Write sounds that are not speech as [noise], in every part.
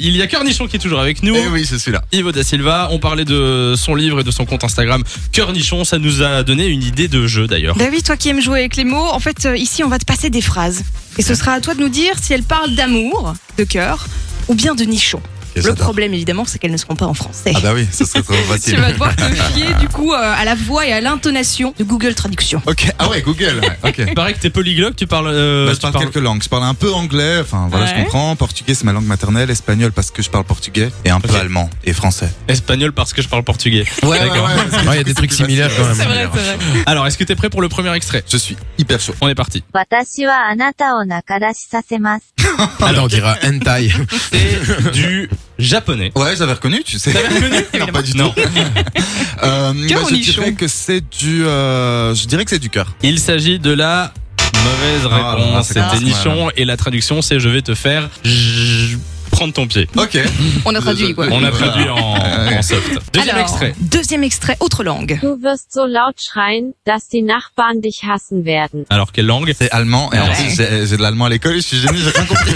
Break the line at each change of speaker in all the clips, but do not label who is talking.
Il y a Cornichon qui est toujours avec nous.
Eh oui, c'est celui-là.
Ivo Da Silva, on parlait de son livre et de son compte Instagram Cornichon, ça nous a donné une idée de jeu d'ailleurs.
David, Bah toi qui aimes jouer avec les mots, en fait, euh, ici, on va te passer des phrases. Et ce sera à toi de nous dire si elles parlent d'amour, de cœur, ou bien de nichon.
Et
Le
j'adore.
problème, évidemment, c'est qu'elles ne seront pas en français.
Ah bah oui, ça serait trop
[laughs] tu
facile.
vas
[laughs]
devoir te fier, du coup, euh, à la voix et à l'intonation de Google Traduction.
Ok, ah ouais, Google. ouais, Ok.
Il paraît que t'es polyglotte, tu parles. euh,
Bah, je
tu
parle
parles-
quelques langues. Je parle un peu anglais, enfin voilà, je
Ouais.
comprends. Portugais, c'est ma langue maternelle. Espagnol, parce que je parle portugais. Et un
Ok.
peu allemand et français.
Espagnol parce que je parle
[laughs]
portugais.
Ouais,
D'accord.
Il y a des trucs similaires quand même.
Alors, est-ce que t'es prêt pour le premier extrait
Je suis hyper chaud.
On est parti.
[laughs]
私はあなたを仲出しさせます。
Ah, bah,
Alors on
[laughs]
dira hentai.
C'est du japonais.
Ouais, j'avais reconnu, tu sais.
T'avais reconnu
[laughs] Non, pas du
Non.
tout. Euh,
Cœur
bah,
ou
je
nichon
dirais que c'est du, euh, je dirais que c'est du cœur.
Il s'agit de la mauvaise
Ah, là, là,
réponse.
c'est
C'était
classe,
nichon et la traduction c'est je vais te faire j- prendre ton pied.
Ok.
On a traduit, quoi.
On a
[laughs] Ouais.
traduit en, en soft. Deuxième
Alors,
extrait.
Deuxième extrait, autre langue.
Du wirst so laut schreien, dass die Nachbarn dich hassen werden.
Alors, quelle langue
C'est allemand et en
Ouais.
plus j'ai j'ai de l'allemand à l'école. Je suis génie, j'ai rien compris.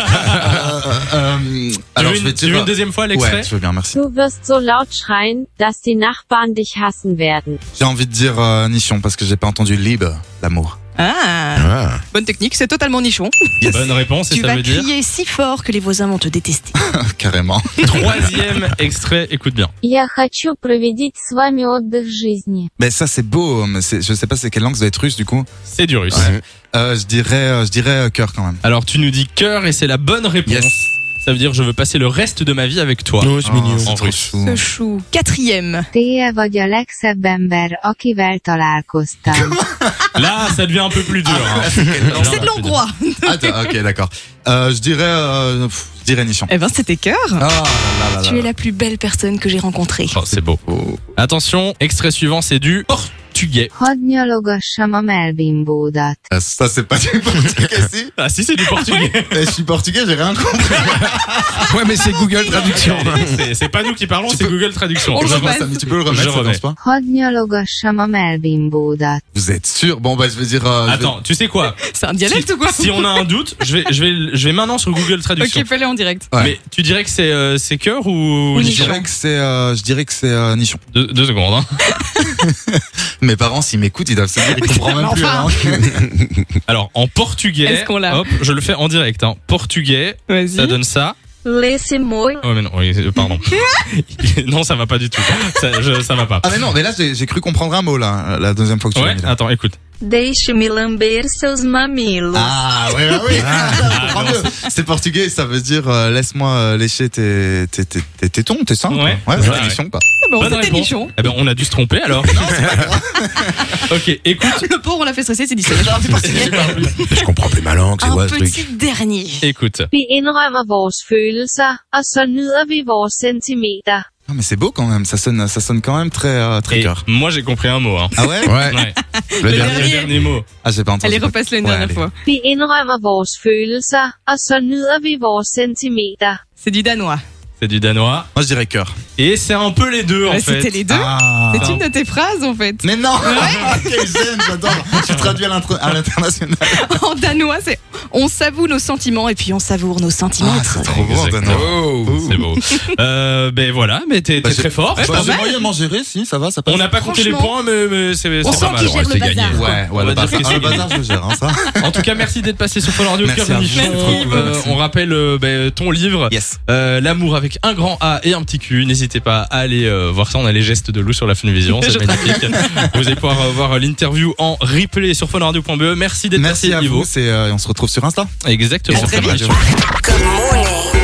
Euh, euh,
Tu
alors
veux
je
une-
vais
tu veux une
dire.
deuxième fois l'extrait
Ouais, je veux bien, merci.
Du wirst so laut schreien, dass die Nachbarn dich hassen werden.
J'ai envie de dire euh, nichon parce que j'ai pas entendu libre l'amour.
Ah, bonne technique, c'est totalement nichon.
Bonne réponse, et
tu
ça
vas
veut dire.
crier si fort que les voisins vont te détester.
[laughs] Carrément.
Troisième extrait, écoute bien.
Я хочу проведить с вами отдых жизни.
Mais ça c'est beau. Mais c'est- je sais pas c'est quelle langue ça doit être russe du coup.
C'est du russe.
Ouais. Euh, je dirais, euh, je dirais euh, cœur quand même.
Alors tu nous dis cœur et c'est la bonne réponse. Ça veut dire je veux passer le reste de ma vie avec toi.
Non, c'est
Oh,
mignon.
c'est
En
trop
russe.
chou.
Ce chou. Quatrième.
Te vagy a legszebb ember, akivel [laughs] találkoztam.
Là, ça devient un peu plus dur. hein.
[laughs] Ah,
Là, on
[laughs] C'est de
a plus
l'hongrois.
Attends, Ah, ok d'accord. Euh, je dirais, euh, pff, je dirais nichon.
Eh ben, c'était cœur.
Ah là là là
Tu
là.
es la plus belle personne que j'ai rencontrée.
Oh, c'est beau.
Oh.
Attention, extrait suivant, c'est du portugais.
Hadd nyalogassam a melbimbódat.
Euh, Ça c'est pas du portugais si.
Ah si, c'est du portugais.
Eh, Je suis portugais, j'ai rien compris.
[laughs] Ouais, mais c'est Google
[laughs]
Traduction.
[laughs] C'est- c'est pas nous qui parlons, c'est Google Traduction.
On le
Oh, Je
Je-
repasse.
pense, Samy, tu peux le remettre,
Je
ça
remets.
danse pas
Hadd nyalogassam a melbimbódat.
Vous êtes sûr Bon bah je vais dire. euh, je vais-
Attends, tu sais quoi
C'est un dialecte
si,
ou quoi
si on a un doute, je vais, je vais, je vais maintenant sur Google Traduction.
Ok, fais-le en direct.
Ouais.
Mais tu dirais que c'est euh, c'est cœur ou
Oui,
Je dirais que c'est, euh, je dirais que c'est euh, nichon.
deux, deux secondes. hein.
Mes parents s'ils m'écoutent, ils doivent se dire, ils comprennent même plus hein. la langue.
Alors en portugais,
Est-ce qu'on l'a Mmh.
hop, je le fais en direct. Hein. Portugais, ça
Vas-y.
donne ça.
Laissez-moi
Oh, mais non, oui, euh,
[laughs]
pardon. non, ça va pas du tout. Ça, je- ça va pas.
Ah mais non, mais là j'ai j'ai cru comprendre un mot là, la deuxième fois que tu l'as
Ouais,
mis là.
attends, écoute.
Deixe-me lamber seus mamilos.
Ah ouais, bah oui. Je comprends
Ah,
mieux. c'est portugais, ça veut dire euh, laisse-moi euh, lécher tes tes tes, tes tétons, tes seins. quoi.
Ouais.
ouais,
Ouais,
c'est
ouais.
nichon, pas.
Ah bon,
Bonne
c'était
réponse.
nichon.
Eh ben, on a dû se tromper alors.
[laughs]
ok, écoute,
[laughs] Le pauvre, on l'a fait stresser, c'est
[laughs]
dit. c'est déjà-
Je comprends plus ma langue, c'est
Un
quoi ce
petit
truc
dernier.
écoute.
Vi indrømmer vores følelser, og så nyder vi vores centimeter.
Non mais c'est beau quand même, ça sonne ça sonne quand même très euh, très
Et
cœur.
moi, j'ai compris un mot. Hein.
Ah ouais
Ouais,
Ouais.
le
Le
dernier.
Le dernier mot.
Ah j'ai pas entendu.
Allez, repasse-le une
Ouais,
dernière
allez.
fois.
Vi indrømmer vores følelser, og så nyder vi vores centimeter.
C'est du danois.
C'est du danois.
Moi je dirais cœur.
Et c'est un peu les deux en
Ouais,
fait.
C'était les deux.
Ah.
C'est une de tes phrases en fait.
Mais non [laughs] Quelle gêne, j'adore. Je suis traduit à l'intro- à l'international.
En danois, c'est on savoure nos sentiments et puis on savoure nos sentiments.
Ah, c'est trop beau,
Exactement.
Danois.
Oh.
C'est beau.
[laughs]
Euh, ben voilà, mais t'es
Bah,
t'es
j'ai-
très fort.
Bah, j'ai moyennement géré, si, ça va, ça passe.
On n'a pas compté les points,
Franchement.
mais, mais c'est
On
c'est
sent
pas mal.
qu'il gère le bazar.
Ouais,
On
ouais,
va
le
dire que
bazar,
c'est
le
gagné.
bazar, je gère, hein, ça.
En tout cas, merci d'être passé sur Fall Audio.
Merci
Cœur
à vous.
Nichon.
Merci. Trop cool,
Euh,
merci.
On rappelle euh, ben, ton livre.
Yes.
Euh, l'amour avec un grand A et un petit Q. N'hésitez pas à aller euh, voir ça. On a les gestes de Lou sur la Funvision.
[laughs]
C'est magnifique. vous allez pouvoir euh, voir l'interview en replay sur funradio.be. E. Merci d'être
Merci
passé,
à
Ivo.
vous, c'est, euh, on se retrouve sur Insta.
Exactement.
très
Fun
vite.
Radio.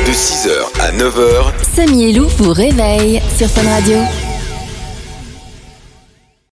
De 6h à 9h,
Samy et Lou vous réveille sur Fun Radio.